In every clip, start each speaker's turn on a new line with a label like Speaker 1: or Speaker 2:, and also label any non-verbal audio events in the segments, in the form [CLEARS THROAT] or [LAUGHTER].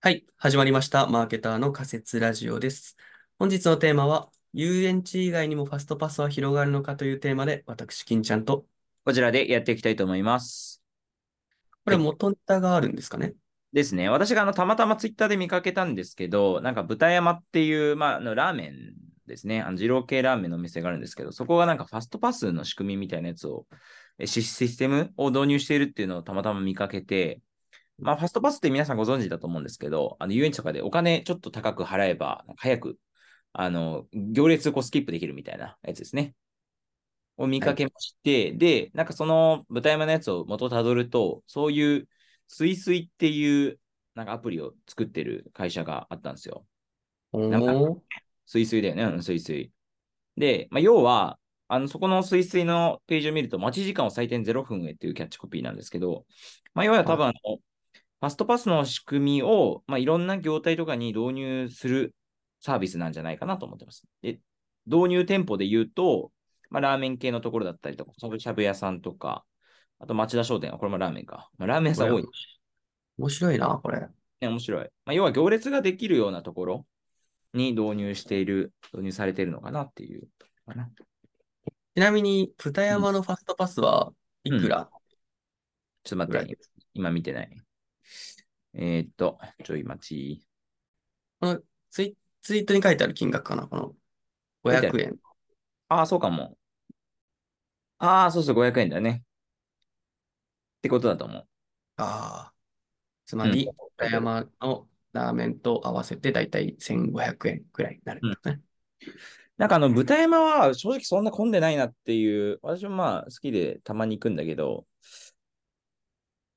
Speaker 1: はい。始まりました。マーケターの仮説ラジオです。本日のテーマは、遊園地以外にもファストパスは広がるのかというテーマで、私、金ちゃんと、
Speaker 2: こちらでやっていきたいと思います。
Speaker 1: これ元ネタがあるんですかね。
Speaker 2: ですね。私があのたまたまツイッターで見かけたんですけど、なんか豚山っていう、まあ、あのラーメンですね。あの二郎系ラーメンのお店があるんですけど、そこがなんかファストパスの仕組みみたいなやつを、えシシステムを導入しているっていうのをたまたま見かけて、まあ、ファストパスって皆さんご存知だと思うんですけど、あの遊園地とかでお金ちょっと高く払えば、早く、あの、行列をこうスキップできるみたいなやつですね。を見かけまして、で、なんかその豚山のやつを元たどると、そういうスイスイっていうなんかアプリを作ってる会社があったんですよ。
Speaker 1: お
Speaker 2: なんか
Speaker 1: ー、
Speaker 2: スイスイだよね、うん、スイスイ。で、まあ、要は、あのそこのスイスイのページを見ると、待ち時間を最低0分へっていうキャッチコピーなんですけど、まあ、要は多
Speaker 1: は
Speaker 2: 分
Speaker 1: い。
Speaker 2: あの、ファストパスの仕組みを、まあ、いろんな業態とかに導入するサービスなんじゃないかなと思ってます。で、導入店舗で言うと、まあ、ラーメン系のところだったりとか、しゃぶしゃぶ屋さんとか、あと町田商店、あこれもラーメンか。まあ、ラーメン屋
Speaker 1: こ
Speaker 2: さん
Speaker 1: れ、
Speaker 2: 多い
Speaker 1: 面白いな、これ。
Speaker 2: ね、面白い。まあ、要は行列ができるようなところに導入している、導入されているのかなっていう。かな。
Speaker 1: ちなみに、豚
Speaker 2: うん。
Speaker 1: 山のファストパスはい
Speaker 2: うん。
Speaker 1: く
Speaker 2: ちょ
Speaker 1: ら
Speaker 2: っと待
Speaker 1: ぐ
Speaker 2: って
Speaker 1: らい
Speaker 2: ね。
Speaker 1: です
Speaker 2: 今見てない。えーっと、ちょい待ち。
Speaker 1: このツイ、ツイートに書いてある金額かな、この
Speaker 2: 書い
Speaker 1: 500
Speaker 2: てある。
Speaker 1: 円。
Speaker 2: ああ、そうかも。ああ、そうそう、500円だね。ってことだと思う。
Speaker 1: ああ、つま
Speaker 2: うん。
Speaker 1: り、
Speaker 2: 書い
Speaker 1: 豚
Speaker 2: てある。
Speaker 1: 山のラーメンと合わせてだいたい1500円くらいになるん
Speaker 2: う
Speaker 1: で
Speaker 2: ん。
Speaker 1: すかね。
Speaker 2: なんかあの、豚山は正直そんな混んでないなっていう、私もまあ好きでたまに行くんだけど、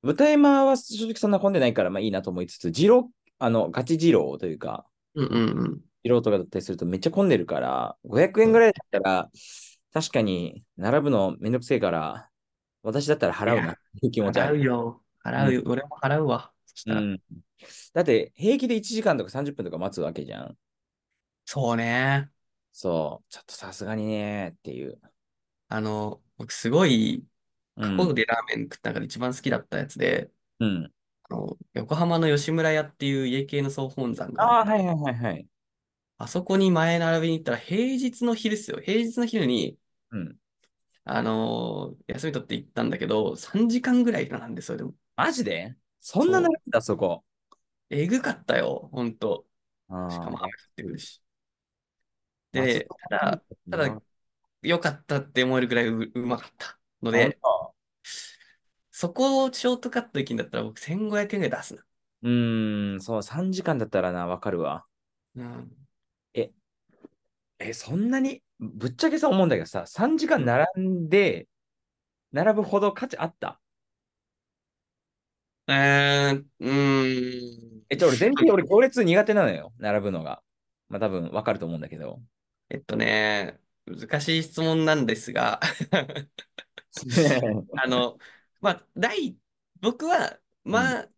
Speaker 2: 豚山は正直そんな混んでないからまあいいなと思いつつ、二郎、あの、ガチ二郎というか、
Speaker 1: うんうんうん。
Speaker 2: 二郎とかだったりするとめっちゃ混んでるから、500
Speaker 1: う
Speaker 2: 円ぐ
Speaker 1: ん
Speaker 2: らいだったら、確かに並ぶのめんどくせえから、私だったら
Speaker 1: い
Speaker 2: 払うなっ
Speaker 1: や、
Speaker 2: ていう気持ちあ
Speaker 1: 払う
Speaker 2: る。
Speaker 1: よ。
Speaker 2: う。
Speaker 1: 払うんよ。俺も払うわ。そした
Speaker 2: う
Speaker 1: ら。
Speaker 2: ん。だって平気で1時間とか30分とか待つわけじゃん。
Speaker 1: そうね。
Speaker 2: そう。ちょっとさすがにねっていう。
Speaker 1: あの、僕すごい、
Speaker 2: う
Speaker 1: 過去
Speaker 2: ん。
Speaker 1: でラーメン食った中で一番好きだったやつで、
Speaker 2: うん。
Speaker 1: あの、横浜の吉村屋っていう家系の総本山がある
Speaker 2: あ
Speaker 1: ん
Speaker 2: あ、
Speaker 1: だ。
Speaker 2: はいはいはいはい。
Speaker 1: あそこに前並びに行ったら平日の昼ですよ。平日の昼に、
Speaker 2: うん。
Speaker 1: あの休み取って行ったんだけど、3時間ぐらいなんですよ、でも。
Speaker 2: マジでそんな並
Speaker 1: そう。
Speaker 2: んだ、そこ。
Speaker 1: えぐかったよ、ほんと。しか
Speaker 2: あ
Speaker 1: も
Speaker 2: あ、
Speaker 1: 雨降ってくるし。
Speaker 2: 松
Speaker 1: で、
Speaker 2: 戸
Speaker 1: た
Speaker 2: な
Speaker 1: だ、
Speaker 2: んだ
Speaker 1: ただ、
Speaker 2: な。
Speaker 1: 良かったって思えるぐらいう、うまかったの
Speaker 2: あ本
Speaker 1: で、
Speaker 2: 当。
Speaker 1: そこをショートカットできるんだったら僕1500円ぐらい出すな。
Speaker 2: うーん、そう、3時間だったらな、わかるわ。
Speaker 1: うん。
Speaker 2: え、え、そんなに、ぶっちゃけさ、思うんだけどさ、3時
Speaker 1: う
Speaker 2: 間
Speaker 1: ん
Speaker 2: 並んで、並ぶほど価値あった
Speaker 1: えー、うーん。
Speaker 2: え、ちょ、俺、全然、俺、行列苦手なのよ、並ぶのが。まあ、多分、わかると思うんだけど。
Speaker 1: えっとね、難しい質問なんですが、 [LAUGHS] [LAUGHS] あの、まあ、第、僕は、
Speaker 2: うん、
Speaker 1: まあ、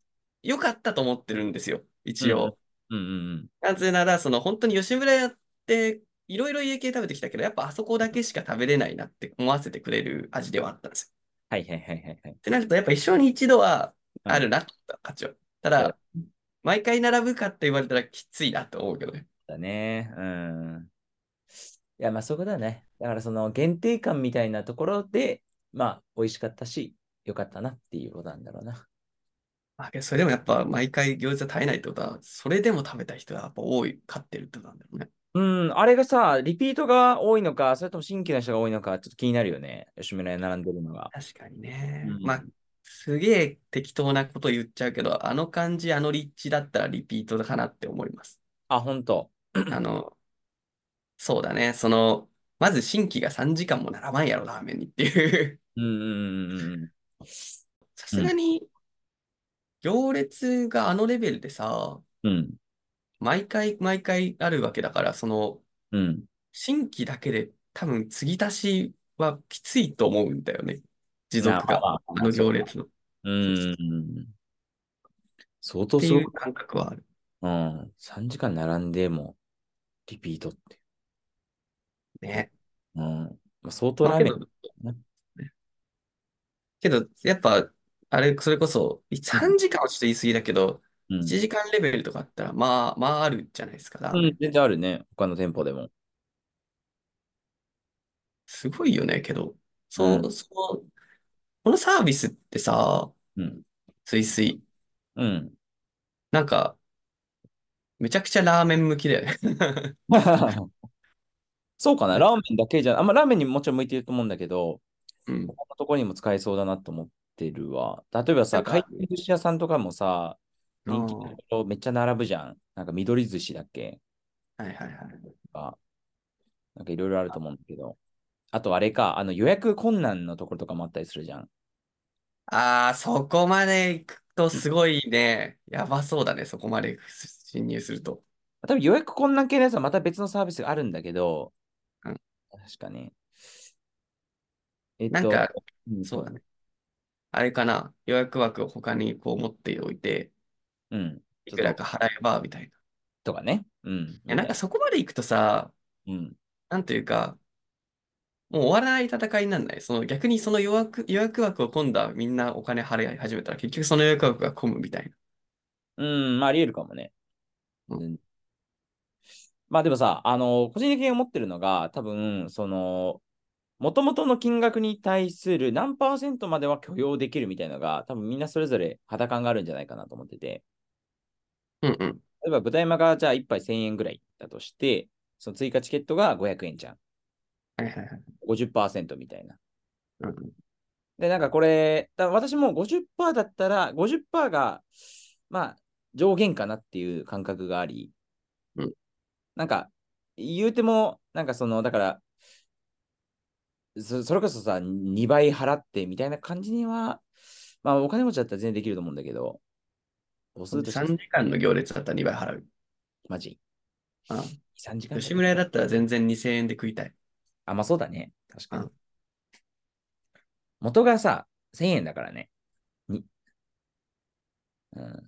Speaker 1: 良かったと思ってるんですよ、
Speaker 2: うん、
Speaker 1: 一
Speaker 2: うん、
Speaker 1: 応。
Speaker 2: うん、うん。
Speaker 1: なぜなら、その、本当に吉村屋って、いろいろ家系食べてきたけど、やっぱあそこだけしか食べれないなって思わせてくれる味ではあったんですよ。
Speaker 2: はい、はい、はい、はい。はい
Speaker 1: ってなると、やっぱ一生に一度は
Speaker 2: う
Speaker 1: あ
Speaker 2: ん、
Speaker 1: るなと思った、価値は。た
Speaker 2: そうだ
Speaker 1: だ、毎回並ぶかって言われたらきついなと思うけどね。
Speaker 2: だね。うん。いや、まあそこだね。だからその限定感みたいなところで、まあ美味しかったし、良かったなっていうことなんだろうな。
Speaker 1: あ、けどそれでもやっぱ毎回餃子絶えないってことは、それでも食べた人がやっぱ多い、買ってるってことなんだろうね。
Speaker 2: うん、あれがさ、リピートが多いのか、それとも新規の人が多いのか、ちょっと気になるよね。吉村屋並んでるのが。
Speaker 1: 確かに
Speaker 2: う
Speaker 1: ね。まあ、
Speaker 2: ん。
Speaker 1: すげえ適当なこと言っちゃうけど、あの感じ、あの立地だったらリピートかなって思い [CLEARS THROAT] ます。
Speaker 2: あ、本当。
Speaker 1: あの、そうだね。その、まず新規が3時間も並ばんやろ、ラーメンにっていう。
Speaker 2: うんうんうん
Speaker 1: さ
Speaker 2: う
Speaker 1: す
Speaker 2: ん
Speaker 1: がに行列があのレベルでさ、
Speaker 2: うん。うん。
Speaker 1: 毎回毎回あるわけだから、その、
Speaker 2: うん。
Speaker 1: 新規だけで多分継ぎ足しはきついと思うんだよね。持
Speaker 2: なあ、
Speaker 1: 続
Speaker 2: ま
Speaker 1: が。
Speaker 2: あまあ
Speaker 1: あ
Speaker 2: まあ、
Speaker 1: の
Speaker 2: そう
Speaker 1: 行
Speaker 2: か。
Speaker 1: 列の。っ
Speaker 2: うん。相当
Speaker 1: て
Speaker 2: す
Speaker 1: い
Speaker 2: ご
Speaker 1: う
Speaker 2: く。
Speaker 1: 感覚はある。
Speaker 2: うん。3時間並んでも、リピートって。
Speaker 1: ね。
Speaker 2: うん。まあ、相当
Speaker 1: まあ
Speaker 2: ラー
Speaker 1: け
Speaker 2: メ
Speaker 1: ど、
Speaker 2: ンだな。
Speaker 1: けど、やっぱ、あれ、それこそ、
Speaker 2: うん。
Speaker 1: 3時間はちょっと言い過ぎだけど、
Speaker 2: うん
Speaker 1: 1時間レベルとかあったら、まあ、まああるじゃないですか。ラーメン
Speaker 2: うん全然あるね。他の店舗でも。
Speaker 1: すごいよね、けど。その、その、このサービスってさ、
Speaker 2: うん。
Speaker 1: スイスイ、 [LAUGHS]
Speaker 2: うん。
Speaker 1: なんか、めちゃくちゃラーメン向きだよね。
Speaker 2: そうかな。ラーメンだけじゃ、あんまラーメンにもちろん向いてると思うんだけど、
Speaker 1: [LAUGHS] うん。
Speaker 2: 他のところにも使えそうだなと思ってるわ。例えばさ、
Speaker 1: なんか
Speaker 2: 回転寿司屋さんとかもさ、
Speaker 1: あ
Speaker 2: 人気の
Speaker 1: ー
Speaker 2: ところめっちゃ並ぶじゃん。なんか緑寿司だっけ
Speaker 1: はいはいはい。
Speaker 2: か、なんかいろいろあると思うんだけど。あとあれか、あの予約困難のところとかもあったりするじゃん。
Speaker 1: ああ、そこまで行くとすごいね、やばそうだね、そこまで侵入すると。
Speaker 2: 多分予約困難系のやつはまた別のサービスがあるんだけど、
Speaker 1: うん
Speaker 2: 確かね。えっ
Speaker 1: なん
Speaker 2: と、
Speaker 1: か、
Speaker 2: うん
Speaker 1: そうだね。あれかな、予約枠を他にこう持っておいて、
Speaker 2: うん。
Speaker 1: いくらか払えば、みたいな。い
Speaker 2: とかね。うん。
Speaker 1: や、なんかそこまで行くとさ、
Speaker 2: うん。
Speaker 1: なんというか、もう終わらない戦いにならない。その逆にその予約、予約枠を今度はみんなお金払い始めたら結局その予約枠が混むみたいな。
Speaker 2: うん、まあ、あり得るかもね。
Speaker 1: うん
Speaker 2: うんまあ、でもさ、あの、個人的に思ってるのが、多分、その、もともとの金額に対する何パーセントまでは許容できるみたいなのが、多分みんなそれぞれ肌感があるんじゃないかなと思ってて、
Speaker 1: うんうん。
Speaker 2: 例えば、舞台間がじゃあ1杯1000円ぐらいだとして、その追加チケットが500円じゃん。
Speaker 1: はいはいはい。
Speaker 2: 50%みたいな。
Speaker 1: うんうん
Speaker 2: で、なんかこれ、だ私も50%だったら、50%が、まあ、上限かなっていう感覚があり、
Speaker 1: うん
Speaker 2: なんか、言うても、なんかその、だから、そそれこそさ、2倍払ってみたいな感じには、まあ、お金持ちだったら全然できると思うんだけど、母数として
Speaker 1: 3時間の行列だったら2倍払う。
Speaker 2: マジ。
Speaker 1: うん
Speaker 2: 3時間
Speaker 1: 吉村屋だったら全然2000円で食いたい。
Speaker 2: あ、まあそうだね。確か
Speaker 1: う
Speaker 2: に。元がさ、1000円だからね。にうん、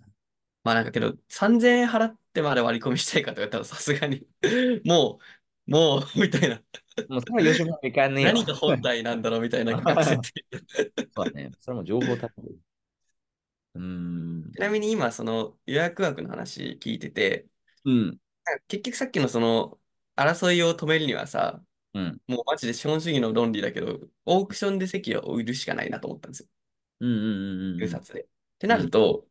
Speaker 1: まあなんかけど、3000円払ってまで割り込みしたいかとか言ったらさすがに、 [LAUGHS] もう、もう、みたいな。
Speaker 2: もうそれは吉村屋いかんねえよ。
Speaker 1: 何が本体なんだろうみた [LAUGHS] いな価格設定。
Speaker 2: そうだね。それも情報たっぷり。うーん。
Speaker 1: ちなみに今、その予約枠の話聞いてて、
Speaker 2: うん。
Speaker 1: 結局さっきのその争いを止めるにはさ、
Speaker 2: うん。
Speaker 1: もうマジで資本主義の論理だけど、オークションで席を売るしかないなと思ったんですよ、
Speaker 2: うん。うん。うん。
Speaker 1: 入札で。ってなると、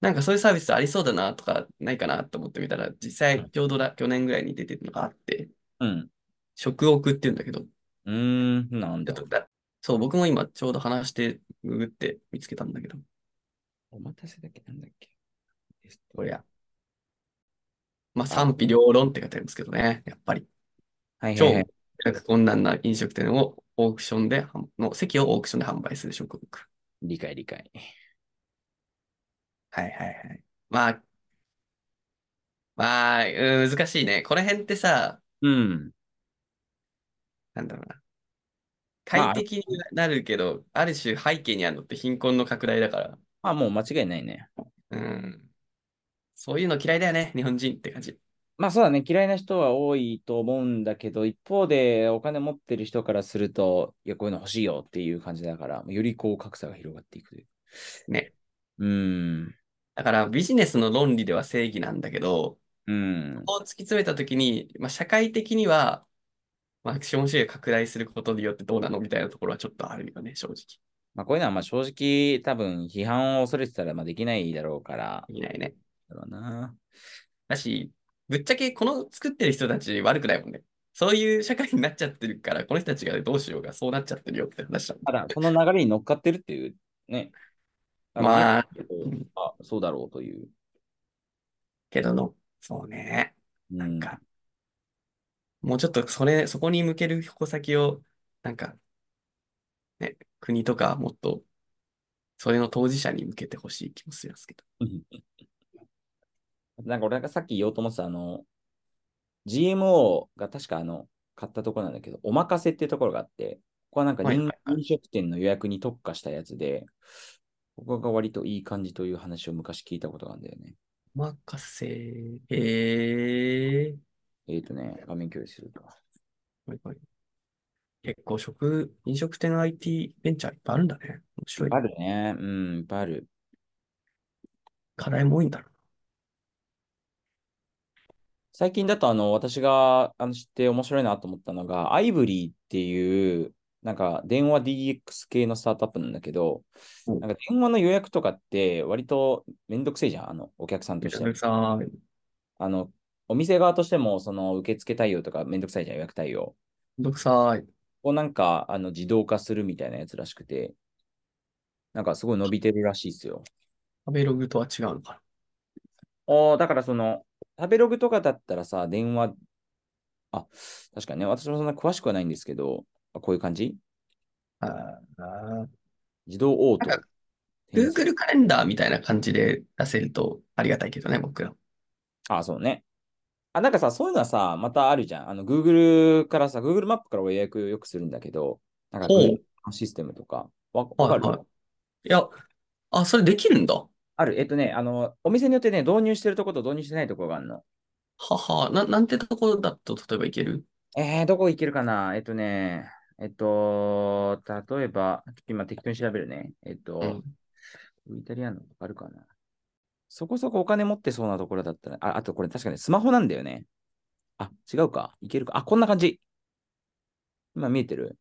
Speaker 1: なんかそういうサービスありそうだなとか、ないかなと思ってみたら、実
Speaker 2: う
Speaker 1: 際、
Speaker 2: ん
Speaker 1: ちょうどだ去年ぐらいに出てるのがあって、
Speaker 2: うん。
Speaker 1: 食オクっていうんだけど、
Speaker 2: うん。なん
Speaker 1: ちょ
Speaker 2: だ
Speaker 1: っと。だそう、僕も今ちょうど話して、ググって見つけたんだけど、
Speaker 2: お待たせだっけなんだっけ
Speaker 1: こりゃ。まあ、賛否両論って書いてあるんですけどね、やっぱり。
Speaker 2: はいは
Speaker 1: 超
Speaker 2: いはい。
Speaker 1: 予約困難な飲食店をオークションで販、の席をオークションで販売する食オク。
Speaker 2: 理解理解。
Speaker 1: はいはいはい。まあ、まあ、うん難しいね。この辺ってさ、
Speaker 2: うん。
Speaker 1: なんだろうな。
Speaker 2: まあ
Speaker 1: 快適になるけど、ある種背景にあるのって貧困の拡大だから、
Speaker 2: まあもう間違いないね。
Speaker 1: うん。そういうの嫌いだよね、日本人って感じ。
Speaker 2: まあそうだね。嫌いな人は多いと思うんだけど、一方でお金持ってる人からすると、いや、こういうの欲しいよっていう感じだから、よりこう格差が広がっていくという。
Speaker 1: ね。
Speaker 2: うーん。
Speaker 1: だからビジネスの論理では正義なんだけど、
Speaker 2: うん。
Speaker 1: こう突き詰めたときに、まあ、社会的には、まあ、資本主義が拡大することによってどうなのみたいなところはちょっとあるよね、正直。
Speaker 2: まあこういうのはまあ正直、多分批判を恐れてたらまあできないだろうから、
Speaker 1: いないね。
Speaker 2: だろうな。
Speaker 1: だし、ぶっちゃけこの作ってる人たち悪くないもんね。そういう社会になっちゃってるから、この人たちがどうしようがそうなっちゃってるよって話だもん。
Speaker 2: ただ、この流れに乗っかってるっていうね。
Speaker 1: まあ
Speaker 2: あの、あそうだろうという。
Speaker 1: けどの、そうね。
Speaker 2: な
Speaker 1: なんか、もうちょっとそれ、そこに向ける矛先を、なんか、ね、国とかもっと、それの当事者に向けてほしい気もしますけど。
Speaker 2: なんか俺がさっき言おうと思ってた、あの、GMO が確かあの、買ったところなんだけど、おまかせってところがあって、ここはなんか
Speaker 1: はい
Speaker 2: 飲
Speaker 1: はいはい
Speaker 2: 飲食店の予約に特化したやつで、ここが割といい感じという話を昔聞いたことがあるんだよね。
Speaker 1: お任せ、えー、
Speaker 2: えっ、とね、画面共有すると。
Speaker 1: はいはい結構食、飲食店 IT ベンチャーいっぱいあるんだね。面白い。
Speaker 2: あるね。うん、いっぱいある。
Speaker 1: 課題も多いんだろう
Speaker 2: 最近だとあの私があの知って面白いなと思ったのが、アイブリーっていうなんか電話 DX 系のスタートアップなんだけど、
Speaker 1: お
Speaker 2: なんか電話の予約とかって割とめんどくせえじゃん、あのお客さんと
Speaker 1: め
Speaker 2: し
Speaker 1: ち
Speaker 2: て
Speaker 1: ゃ
Speaker 2: も
Speaker 1: くちゃ、うん
Speaker 2: あの、お店側としてもその受付対応とかめんどくさいじゃん、予約対応。
Speaker 1: どくさい。
Speaker 2: をなんかあの自動化するみたいなやつらしくて、なんかすごい伸びてるらしいですよ。
Speaker 1: 食べログとは違うのか
Speaker 2: おーだからその、食べログとかだったらさ、電話、あ、確かにね、私もそんな詳しくはないんですけど、あこういう感じ
Speaker 1: な。あー
Speaker 2: 自動応答
Speaker 1: なんか、
Speaker 2: 転送
Speaker 1: Google カレンダーみたいな感じで出せるとありがたいけどね、僕ら。
Speaker 2: あ、そうね。あ、なんかさ、そういうのはさ、またあるじゃん。あの、Google からさ、Google マップから俺予約よくするんだけど、なんか
Speaker 1: ほ
Speaker 2: Google
Speaker 1: う。
Speaker 2: のシステムとか、わ、わ
Speaker 1: はい
Speaker 2: かる
Speaker 1: はい。いや、あ、それできるんだ。は
Speaker 2: ある。えっとね、あの、お店によってね、導入してるとこと導入してないとこがあるの。
Speaker 1: は。な、なんてところだと、例えばいける
Speaker 2: えー、どこ行けるかなえっとね、えっと、例えば、ちょっと今適当に調べるね。えっ
Speaker 1: う
Speaker 2: と、
Speaker 1: ん。
Speaker 2: イタリアのあるかなそこそこお金持ってそうなところだったら、あ、あとこれ確かにスマホなんだよね。あ、違うか。いけるか。あ、こんな感じ。今見えてる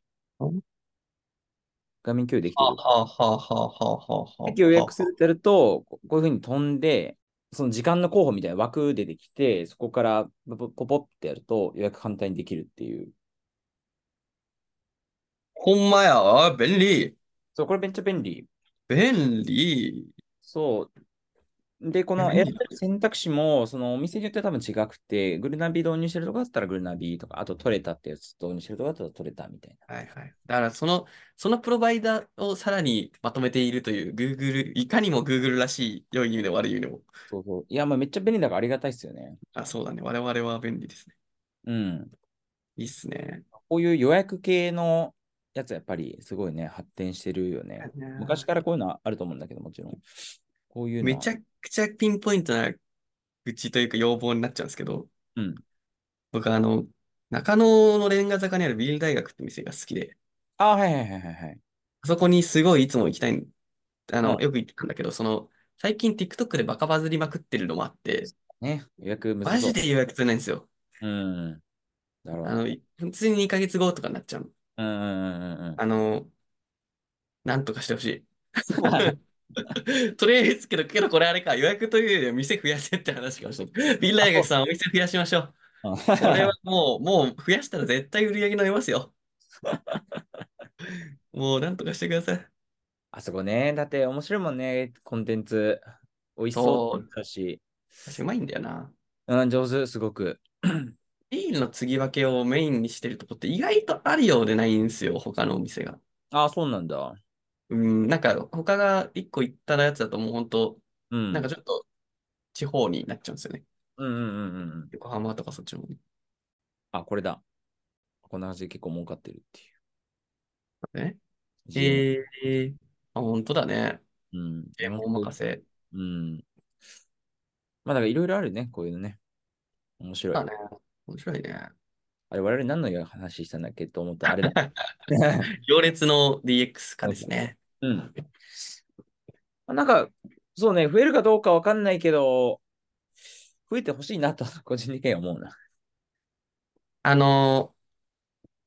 Speaker 2: 画面共有できて
Speaker 1: は
Speaker 2: る。
Speaker 1: あ、はあ、はあ、はあ、はあ、は
Speaker 2: 席を予
Speaker 1: あ、
Speaker 2: 約
Speaker 1: は
Speaker 2: す
Speaker 1: あ。
Speaker 2: るってやると、ここういうふうに飛んで、その時間の候補みたいな枠出てきて、そこからポポポポってやると予約簡単にできるっていう。
Speaker 1: ほんまや、あ便利。
Speaker 2: そう、これめっちゃ便利。
Speaker 1: 便利。
Speaker 2: そう。で、こ
Speaker 1: いや、
Speaker 2: の
Speaker 1: 便
Speaker 2: 選
Speaker 1: 利だ
Speaker 2: べる選択肢も、そのお店によって多分違くて、グルナビ導入してるとこだったらグルナビとか、あと取れたってやつ導入してるとこだったら取れたみたいな。
Speaker 1: はいはい。だから、その、そのプロバイダーをさらにまとめているという、Google、いかにも Google らしい、良い意味でも悪い意味でも。
Speaker 2: そうそう。いや、まあめっちゃ便利だからありがたいっすよね。
Speaker 1: あ、そうだね。我々は便利ですね。
Speaker 2: うん。
Speaker 1: いいっすね。
Speaker 2: こういう予約系のやつはやっぱりすごいね、発展してるよね。昔からこういうのはあると思うんだけど、もちろん。こういうの
Speaker 1: め
Speaker 2: は。
Speaker 1: ちゃくちゃピンポイントな愚痴というか要望になっちゃうんですけど、
Speaker 2: うん。
Speaker 1: 僕はあの、中野のレンガ坂にあるビル大学って店が好きで、
Speaker 2: あ、はいはいはいはいはい。
Speaker 1: あそこにすごいいつも行きたいん、あ
Speaker 2: うん。
Speaker 1: の、よく行ってたんだけど、その、最近 TikTok でバカバズりまくってるのもあって、
Speaker 2: ね。予約むず
Speaker 1: マ
Speaker 2: そ
Speaker 1: ジで予約取れないんですよ。
Speaker 2: う。うん。だろう
Speaker 1: あ
Speaker 2: ね。
Speaker 1: の、い普通に2ヶ月後とかになっちゃう。
Speaker 2: うんうんう
Speaker 1: [LAUGHS]
Speaker 2: んうんうん。
Speaker 1: あの、なんとかしてほしい。
Speaker 2: はい
Speaker 1: とりあえずけど、けどこれあれか、予約というよりは店増やせって話かもしれない。ビル
Speaker 2: あ、
Speaker 1: 大
Speaker 2: そ
Speaker 1: 学
Speaker 2: う。
Speaker 1: さん、お店増やしましょう。
Speaker 2: うん
Speaker 1: これはもう、もう増やしたら絶対売り上げ伸びますよ。もうなんとかしてください。
Speaker 2: あそこね。だって面白いもんね。コンテンツ。美味しそうっ
Speaker 1: そ
Speaker 2: て言っ
Speaker 1: う、
Speaker 2: てたし。
Speaker 1: 私うまいんだよな。
Speaker 2: うん、上手、すごく。
Speaker 1: ビールの継ぎ分けをメインにしてるとこって意外とあるようでないんですよ、他のお店が。
Speaker 2: あ、そうなんだ。
Speaker 1: うん、なんか他が一個行ったやつだともう本当、
Speaker 2: う
Speaker 1: なんか
Speaker 2: ん。
Speaker 1: ちょっと地方になっちゃうんですよね。
Speaker 2: うんうんうんうんうん。
Speaker 1: 横浜とかそっちの方に。
Speaker 2: あ、これだ。こんな感じで結構儲かってるっていう。
Speaker 1: ね、
Speaker 2: GM。
Speaker 1: えー、あ、本当だね。
Speaker 2: うん。
Speaker 1: え、もうお任せ。
Speaker 2: うん。まあ、だからいろいろあるね。こういうのね。面白
Speaker 1: だ
Speaker 2: い。
Speaker 1: ね。面白いね。
Speaker 2: あれ、我々何の話したんだっけと思ったあれだ。
Speaker 1: [LAUGHS] 行列の DX 化ですね。
Speaker 2: うん。まあなんか、そうね、増えるかどうかわかんないけど、増えてほしいなと、個人的には思うな。
Speaker 1: あのー、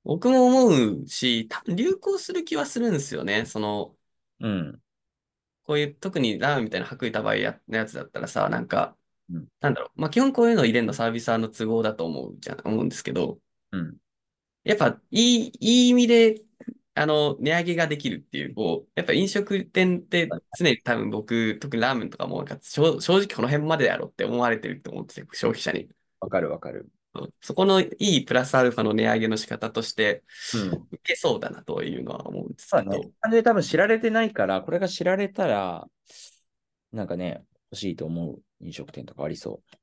Speaker 1: 僕も思うし、多分流行する気はするんですよね。その、
Speaker 2: うん。
Speaker 1: こういう、特にラーメンみたいな白衣多売や、のやつだったらさ、なんか、
Speaker 2: うん。
Speaker 1: なんだろう。まあ、基本こういうの入れるのサービスーの都合だと思うじゃん、思うんですけど、
Speaker 2: うん。
Speaker 1: やっぱ、いい、いい意味で、あの、値上げができるっていう、こう、やっぱ飲食店って常に多分僕、特にラーメンとかもなんか、正正直この辺までやろって思われてると思ってて、消費者に。
Speaker 2: わかるわかる。
Speaker 1: うんそこのいいプラスアルファの値上げの仕方として、
Speaker 2: うん。
Speaker 1: 受けそうだなというのは思うんです
Speaker 2: そう
Speaker 1: け
Speaker 2: だね。
Speaker 1: ど、
Speaker 2: 感じで多分知られてないから、これが知られたら、なんかね、欲しいと思う飲食店とかありそう。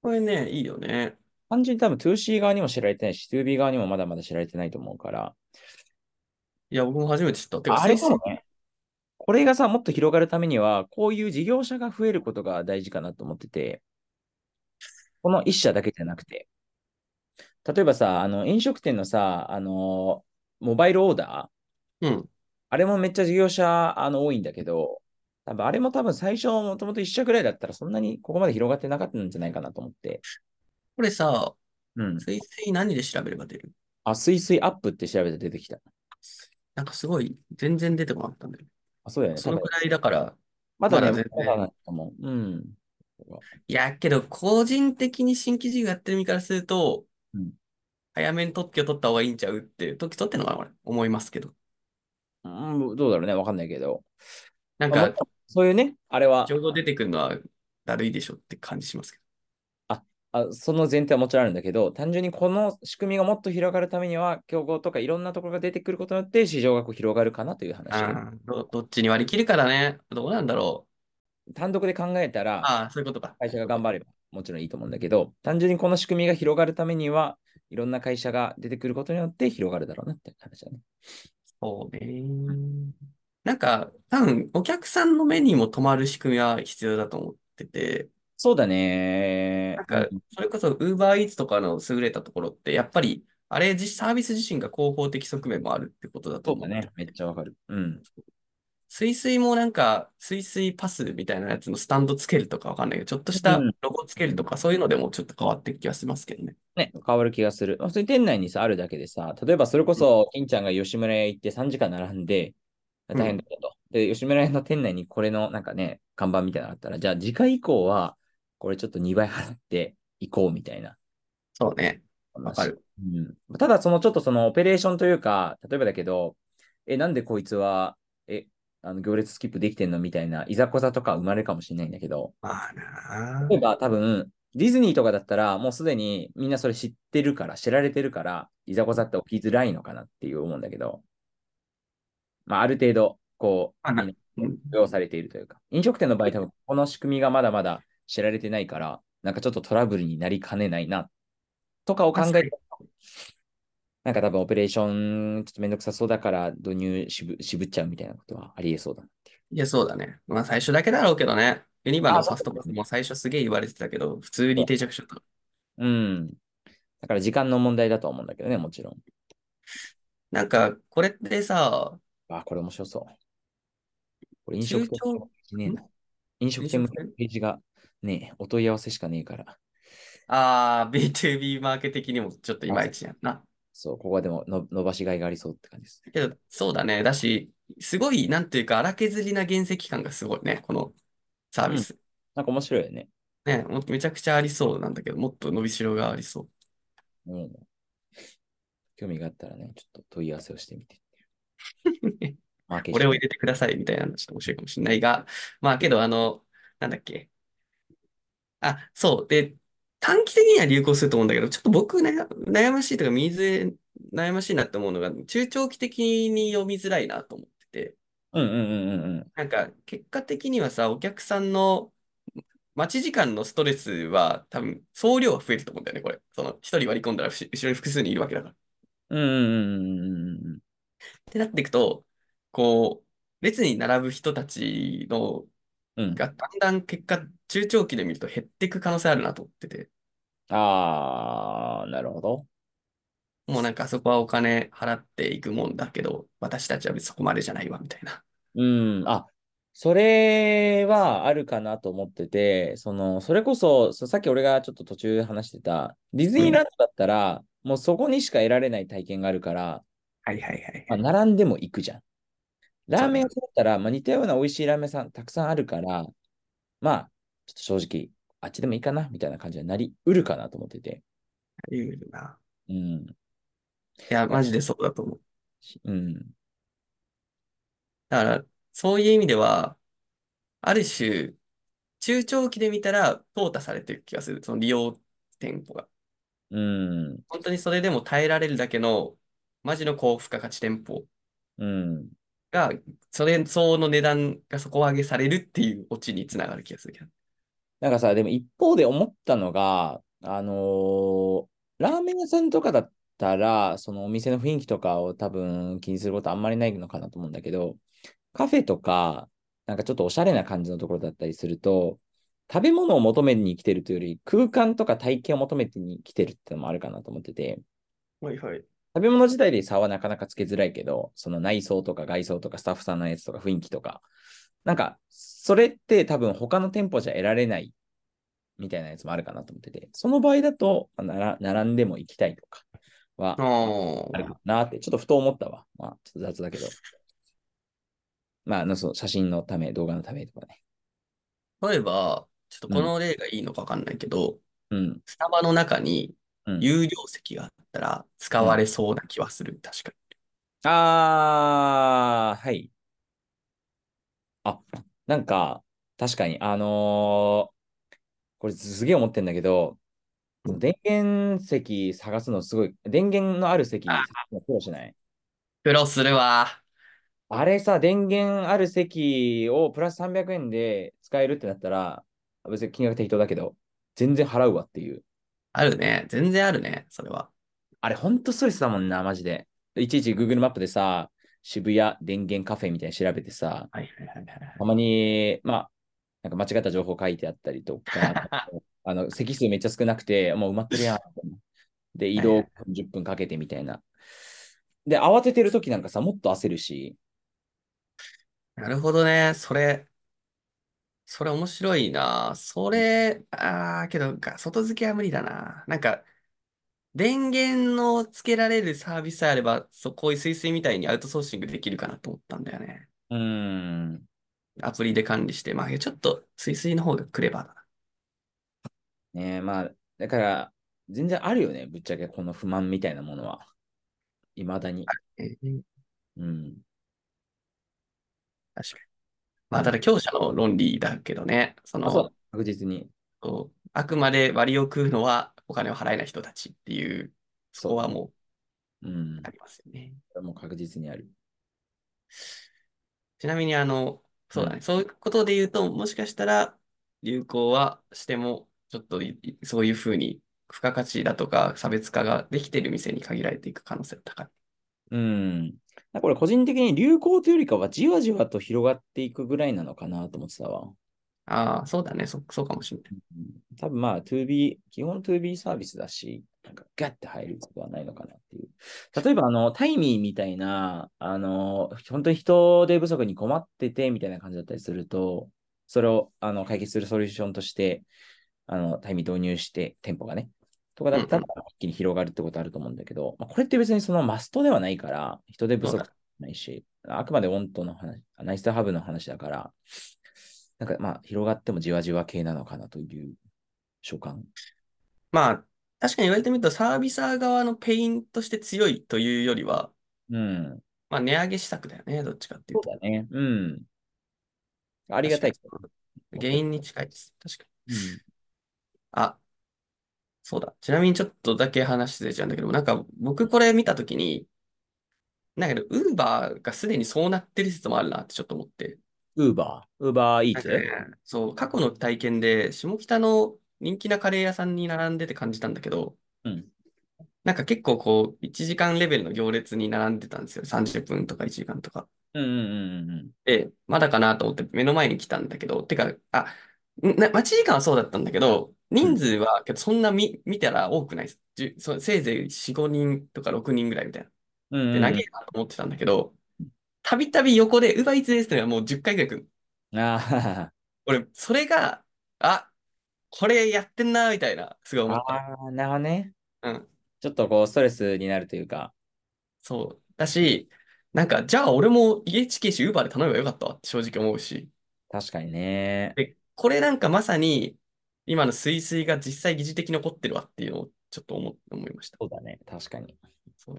Speaker 1: これね、いいよね。
Speaker 2: 単純に多分 2C 側にも知られてないし、2B 側にもまだまだ知られてないと思うから。
Speaker 1: いや、僕も初めて知った。てか、
Speaker 2: ああれ
Speaker 1: 最
Speaker 2: か
Speaker 1: 初、
Speaker 2: もね。これがさ、もっと広がるためには、こういう事業者が増えることが大事かなと思ってて、この一社だけじゃなくて。例えばさ、あの飲食店のさ、あのモバイルオーダー、
Speaker 1: うん。
Speaker 2: あれもめっちゃ事業者あの多いんだけど、多分あれも多分最初もともと1社ぐらいだったらそんなにここまで広がってなかったんじゃないかなと思って。
Speaker 1: これさ、
Speaker 2: うん。
Speaker 1: 水水何で調べれば出る
Speaker 2: あ、すいすいアップって調べて出てきた。
Speaker 1: なんかすごい、全然出てこなかったんだよ。
Speaker 2: あ、そうだよね。
Speaker 1: そのくらいだから、
Speaker 2: まだね、
Speaker 1: まだ全
Speaker 2: ま
Speaker 1: 然
Speaker 2: だなんかもう。うん。
Speaker 1: いや、けど、個人的に新規事業やってる身からすると
Speaker 2: うん、
Speaker 1: 早めに特許取った方がいいんちゃうって、特許取ってんのかな、俺、思いますけど。
Speaker 2: うん、どうだろうね。わかんないけど。
Speaker 1: なん
Speaker 2: まあ
Speaker 1: か、
Speaker 2: そういうね、あれは、
Speaker 1: 情報出てくるのはだるいでしょって感じしますけど。
Speaker 2: あその前提はもちろんあるんだけど、単純にこの仕組みがもっと広がるためには、競合とかいろんなところが出てくることによって、市場がこう広がるかなという話。
Speaker 1: うんどどっちに割り切るからね、どうなんだろう。
Speaker 2: 単独で考えたら、
Speaker 1: ああ、そういうことか。
Speaker 2: 会社が頑張ればもちろんいいと思うんだけど、単純にこの仕組みが広がるためには、いろんな会社が出てくることによって広がるだろうなって話だね。
Speaker 1: そうね。なんか、多分、お客さんの目にも留まる仕組みは必要だと思ってて、
Speaker 2: そうだね。
Speaker 1: なんか、それこそ UberEats とかの優れたところって、やっぱり、あれ、実サービス自身が広報的側面もあるってことだと
Speaker 2: そう
Speaker 1: 思
Speaker 2: だ
Speaker 1: う。
Speaker 2: ね。めっちゃわかる。うん。
Speaker 1: スイスイもなんか、スイスイパスみたいなやつのスタンドつけるとかわかんないけど、ちょっとした
Speaker 2: うん
Speaker 1: ロゴつけるとか、そういうのでもちょっと変わってきはしますけどね。
Speaker 2: ね、変わる気がする。まあそれ店内にさ、あるだけでさ、例えばそれこそ、金ちゃんが吉村屋行って3時間並んで、
Speaker 1: ん
Speaker 2: 大変だったと。で、吉村屋の店内にこれのなんかね、看板みたいなのあったら、じゃあ次回以降は、これちょっと2倍払って行こうみたいな。
Speaker 1: そうね。わかる。
Speaker 2: うん、ただ、そのちょっとそのオペレーションというか、例えばだけど、え、なんでこいつは、え、あの行列スキップできてんのみたいないざこざとか生まれるかもしれないんだけど、
Speaker 1: まあなあ
Speaker 2: 例えば多分、ディズニーとかだったら、もうすでにみんなそれ知ってるから、知られてるから、いざこざって起きづらいのかなっていう思うんだけど、まあ、ある程度、こう、
Speaker 1: あな
Speaker 2: みんな
Speaker 1: うん
Speaker 2: 許容されているというか、飲食店の場合、多分この仕組みがまだまだ知られてないから、なんかちょっとトラブルになりかねないな、とかを考え
Speaker 1: 確か
Speaker 2: ると、なんか多分オペレーション、ちょっとめんどくさそうだから、導入しぶ渋っちゃうみたいなことはありえそうだなっていう。
Speaker 1: いや、そうだね。まあ、最初だけだろうけどね。ユニバの
Speaker 2: あ
Speaker 1: ファストパスも最初すげえ言われてたけど、普通に定着しちゃった。
Speaker 2: うん。だから時間の問題だとは思うんだけどね、もちろん。
Speaker 1: なんか、これってさ、
Speaker 2: あ、これ面白そう。これ飲食店
Speaker 1: 中長
Speaker 2: ねえな飲食店向けのページがねえ、お問い合わせしかねえから。
Speaker 1: ああ、B2B マーケ的にもちょっといまいちやんな。
Speaker 2: そう、ここはでもの伸ばしがいがありそうって感じですね。
Speaker 1: けど、そうだね。だし、すごい、なんていうか、荒削りな原石感がすごいね。このサービス。
Speaker 2: なんか面白いよね。
Speaker 1: ね、もうめちゃくちゃありそうなんだけど、もっと伸びしろがありそう。
Speaker 2: うん。興味があったらね、ちょっと問い合わせをしてみて。マーケーシ
Speaker 1: 俺
Speaker 2: ョ
Speaker 1: を
Speaker 2: ン
Speaker 1: 入れてくださいみたいなのちょっと面白いかもしれないが、まあけど、あの、なんだっけ。あ、そう。で、短期的には流行すると思うんだけど、ちょっと僕悩、悩ましいというか、水、悩ましいなと思うのが、中長期的に読みづらいなと思ってて、
Speaker 2: うんうんうんうんうん。
Speaker 1: なんか、結果的にはさ、お客さんの待ち時間のストレスは、多分、総量は増えると思うんだよね、これ。その、一人割り込んだら、ふし後ろに複数人いるわけだから。
Speaker 2: うんうんうんうんうん。
Speaker 1: ってなっていくと、こう、列に並ぶ人たちの
Speaker 2: うん、
Speaker 1: がだんだん結果、中長期で見ると減っていく可能性あるなと思ってて、
Speaker 2: あー、なるほど。
Speaker 1: もうなんかそこはお金払っていくもんだけど、私たちは別にそこまでじゃないわみたいな。
Speaker 2: うん、あ、それはあるかなと思ってて、その、それこそ、そさっき俺がちょっと途中話してた、ディズニーランドだったら、もうそこにしか得られない体験があるから、
Speaker 1: はいはいはい
Speaker 2: まあ、並んでも行くじゃん。ラーメン屋さんだったら、まあ、似たような美味しいラーメン屋さんたくさんあるから、まあ、ちょっと正直、あっちでもいいかな、みたいな感じになりうるかなと思ってて。
Speaker 1: 言うよな。
Speaker 2: うん。
Speaker 1: いや、マジでそうだと思う。
Speaker 2: うん。
Speaker 1: だから、そういう意味では、ある種、中長期で見たら、淘汰されてる気がする。その利用店舗が。
Speaker 2: うん。
Speaker 1: 本当にそれでも耐えられるだけの、マジの高付加価値店舗
Speaker 2: うん。
Speaker 1: が、それ相応の値段が底上げされるっていうオチにつながる気がするけど。
Speaker 2: なんかさ、でも一方で思ったのが、あのーラーメン屋さんとかだったら、そのお店の雰囲気とかを多分気にすることあんまりないのかなと思うんだけど、カフェとか、なんかちょっとおしゃれな感じのところだったりすると、食べ物を求めに来てるというより、空間とか体験を求めてに来てるってのもあるかなと思ってて、
Speaker 1: はいはい。
Speaker 2: 食べ物自体で差はなかなかつけづらいけど、その内装とか外装とかスタッフさんのやつとか雰囲気とか、なんか、それって多分他の店舗じゃ得られないみたいなやつもあるかなと思ってて、その場合だと、まあなら並んでも行きたいとかは
Speaker 1: お
Speaker 2: あるかなって、ちょっとふと思ったわ。まあ、ちょっと雑だけど。まあ、あのそう写真のため、動画のためとかね。
Speaker 1: 例えば、ちょっとこの例がいいのかわかんないけど、
Speaker 2: うん。
Speaker 1: スタバの中に
Speaker 2: うん
Speaker 1: 有料席があったら使われそうな気はする、確かに。
Speaker 2: あー、はい。あ、なんか、確かに、あのーこれすげえ思ってんだけど、
Speaker 1: うん
Speaker 2: 電源席探すのすごい、電源のある席
Speaker 1: あー
Speaker 2: 探すの苦労しない
Speaker 1: 苦労するわ。
Speaker 2: あれさ、電源ある席をプラス300円で使えるってなったら、別に金額適当だけど、全然払うわっていう。
Speaker 1: あるね。全然あるね。それは。
Speaker 2: あれ、ほんとストレスだもんな、マジで。いちいち Google マップでさ、渋谷電源カフェみたいに調べてさ、
Speaker 1: はいはいはいはい
Speaker 2: たまに、まあ、なんか間違った情報書いてあったりと [LAUGHS] か、あの席数めっちゃ少なくて、もう埋まってるやん。で、移動10分かけてみたいな。で、慌ててる時なんかさ、もっと焦るし、
Speaker 1: なるほどね。それ、それ面白いな。それ、あー、けど、が外付けは無理だな。なんか、電源の付けられるサービスさえあれば、そこういう水星みたいにアウトソーシングできるかなと思ったんだよね。
Speaker 2: うーん、
Speaker 1: アプリで管理して、まあ、ちょっと水星の方がクレバーだな。
Speaker 2: ねえ、まあ、だから、全然あるよね、ぶっちゃけ、この不満みたいなものは。いまだに。
Speaker 1: えー
Speaker 2: うん。
Speaker 1: 確かに。まあ、ただ、強者の論理だけどね。そ
Speaker 2: あ、そ
Speaker 1: の、
Speaker 2: う、確実に。
Speaker 1: こうあくまで割を食うのはお金を払えない人たちっていう、そこはも
Speaker 2: うん
Speaker 1: うあ。りますよね。
Speaker 2: もう確実にある。
Speaker 1: ちなみに、あの、そうだ
Speaker 2: う
Speaker 1: ね、そういうことで言うと、もしかしたら流行はしても、ちょっといいそういうふうに、付加価値だとか差別化ができてる店に限られていく可能性が高い。
Speaker 2: うん。だからこれ個人的に流行というよりかは、じわじわと広がっていくぐらいなのかなと思ってたわ。
Speaker 1: ああ、そうだね、そ、そうかもしれない。
Speaker 2: うん多分まあ 2B、基本 2B サービスだし、なんかガッて入ることはないのかなっていう。例えばあの、タイミーみたいな、あの、本当に人手不足に困っててみたいな感じだったりすると、それをあの解決するソリューションとして、あの、タイミー導入して、店舗がね、とかだったら一気に広がるってことあると思うんだけど、まあ、これって別にそのマストではないから、人手不
Speaker 1: そう
Speaker 2: 足
Speaker 1: だ
Speaker 2: ないし、あくまでオントの話、ナイスハブの話だから、なんかまあ広がってもじわじわ系なのかなという所感。
Speaker 1: まあ、確かに言われてみると、サービサー側のペインとして強いというよりは、
Speaker 2: うん。
Speaker 1: まあ、値上げ施策だよね、どっちかってい
Speaker 2: そうう
Speaker 1: と。
Speaker 2: だね。うん。ありがたい。
Speaker 1: 確かに原因に近いです。確かに。あ、そうだ。ちなみにちょっとだけ話ずれちゃうんだけど、なんか僕これ見たときに、なんかウーバーがすでにそうなってる説もあるなってちょっと思って。
Speaker 2: ウーバー。ウーバーイー
Speaker 1: なん
Speaker 2: ツ
Speaker 1: かねそう、過去の体験で下北の人気なカレー屋さんに並んでて感じたんだけど、
Speaker 2: うん。
Speaker 1: なんか結構こう、1時間レベルの行列に並んでたんですよ。30分とか1時間とか。
Speaker 2: うんうんうんうん。
Speaker 1: で、まだかなと思って目の前に来たんだけど、てか、あ、な、待ち時間はそうだったんだけど、人数は、けどそんな見、見たら多くないです。じゅそせいぜい4、5人とか6人ぐらいみたいな。
Speaker 2: うんうん
Speaker 1: で、長えなと思ってたんだけど、たびたび横で、ウーバーイーツですってのがもう10回ぐらい来る。
Speaker 2: あ
Speaker 1: 俺、それが、あ、これやってんな、みたいな、すごい
Speaker 2: ー
Speaker 1: 思っ
Speaker 2: あー、なるほどね。
Speaker 1: た。うん。
Speaker 2: ちょっとこう、ストレスになるというか。
Speaker 1: そう。だし、なんか、じゃあ俺も家近いし、ウーバーで頼めばよかったわって正直思うし。
Speaker 2: 確かにね。
Speaker 1: で、これなんかまさに今の水水が実際疑似的に起こってるわっていうのをちょっと思、思いました。
Speaker 2: そうだね。確かに。
Speaker 1: そう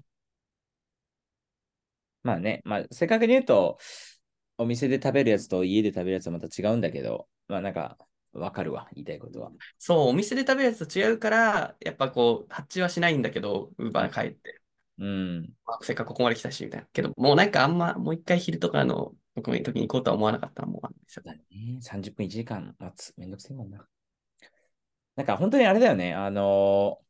Speaker 2: まあね、まあ、正確に言うと、お店で食べるやつと家で食べるやつはまた違うんだけど、まあなんか、わかるわ。言いたいことは。
Speaker 1: そう、お店で食べるやつと違うから、やっぱこう、発注はしないんだけど、ウーバー帰って、
Speaker 2: うん。
Speaker 1: まあせっかくここまで来たし、みたいな。けど、もうなんかあんま、もう一回昼とかの僕の時に行こうとは思わなかったらもうあんですよ。
Speaker 2: だね。30分1時間待つ。めんどくせえもんな。なんか本当にあれだよね。あのー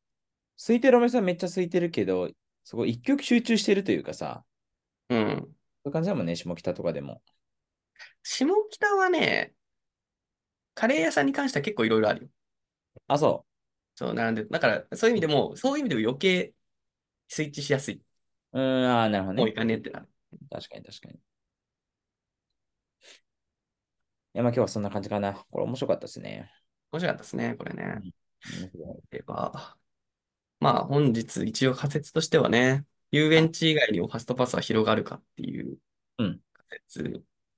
Speaker 2: 空いてるお店はめっちゃ空いてるけど、そこ一曲集中してるというかさ、
Speaker 1: うん。
Speaker 2: そういう感じだもんね、下北とかでも。
Speaker 1: 下北はね、カレー屋さんに関しては結構いろいろあるよ。
Speaker 2: あ、そ
Speaker 1: そう、並んでる。だから、そういう意味でも、そういう意味でも余計スイッチしやすい。
Speaker 2: う。うーん、あーなるほど
Speaker 1: もう
Speaker 2: ね
Speaker 1: 行。かねえってなる。
Speaker 2: 確かに確かに。いや、まあ今日はそんな感じかな。これ面白かったですね。
Speaker 1: 面白かったですね、これね。
Speaker 2: 面白い
Speaker 1: では、まあ本日一応仮説としてはね、遊園地以外にもファストパスは広がるかっていう
Speaker 2: うん
Speaker 1: 仮説、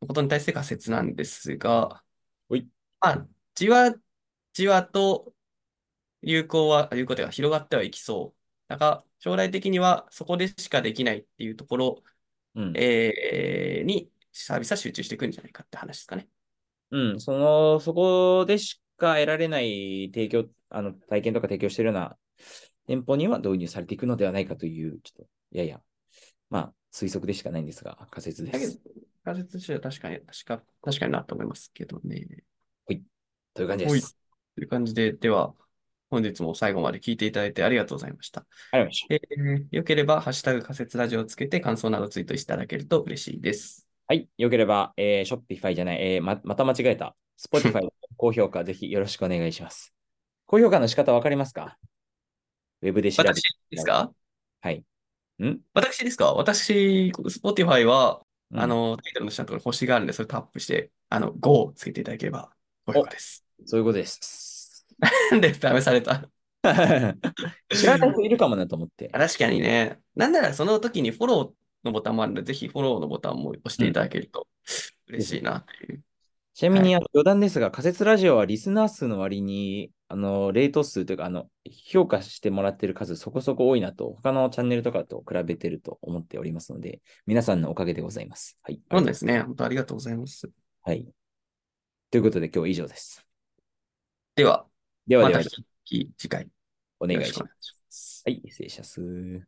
Speaker 1: のことに対して仮説なんですが、
Speaker 2: ほい
Speaker 1: まあ、じわじわと有効は、有効というか広がってはいきそう。だから将来的にはそこでしかできないっていうところ、
Speaker 2: うん
Speaker 1: えーにサービスは集中していくんじゃないかって話ですかね。
Speaker 2: うん、その、そこでしか得られない提供、あの、体験とか提供しているような店舗には導入されていくのではないかという、ちょっと、いやいや、まあ、推測でしかないんですが、仮説で
Speaker 1: だけど
Speaker 2: す。、
Speaker 1: 仮説としては確かに、確か、確かになと思いますけどね。
Speaker 2: という感じ
Speaker 1: ほ
Speaker 2: で
Speaker 1: い
Speaker 2: す。
Speaker 1: という感じで、では、本日も最後まで聞いていただいてありがとうございました。
Speaker 2: ありがとうございました。
Speaker 1: えー、よければ、ハッシュタグ仮説ラジオをつけて感想などツイートしていただけると嬉しいです。
Speaker 2: はい、よければ、えー、ショッピファイじゃない、えーま、また間違えた、
Speaker 1: [LAUGHS]
Speaker 2: Spotify の高評価、ぜひよろしくお願いします。高評価の仕方わかりますかウェブで調べ
Speaker 1: 私ですか
Speaker 2: はい。ん
Speaker 1: 私ですか私、Spotify は、
Speaker 2: うん
Speaker 1: あの、タイトルの下のところに星があるんで、それタップして、あの、5をつけていただければ、高評価です。 [LAUGHS]
Speaker 2: そういうことです。 [LAUGHS]
Speaker 1: なんで、試された。
Speaker 2: 知らない人いるかもなと思っ
Speaker 1: [LAUGHS]
Speaker 2: て。
Speaker 1: 確かにね。なんならその時にフォローのボタンもあるので、ぜひフォローのボタンも押していただけると嬉しいなっていう。
Speaker 2: ちなみに、あの余談ですが、仮説ラジオはリスナー数の割に、あの、レート数というか、あの、評価してもらってる数そこそこ多いなと、他のチャンネルとかと比べてると思っておりますので、皆さんのおかげでございます。はい。
Speaker 1: そうですね。本当ありがとうございます。
Speaker 2: はい。ということで、今日は以上です。
Speaker 1: では、
Speaker 2: では
Speaker 1: ま
Speaker 2: で
Speaker 1: た
Speaker 2: は
Speaker 1: 引、き続き次回
Speaker 2: お
Speaker 1: お
Speaker 2: 願いします。
Speaker 1: ます。
Speaker 2: はい、失礼します。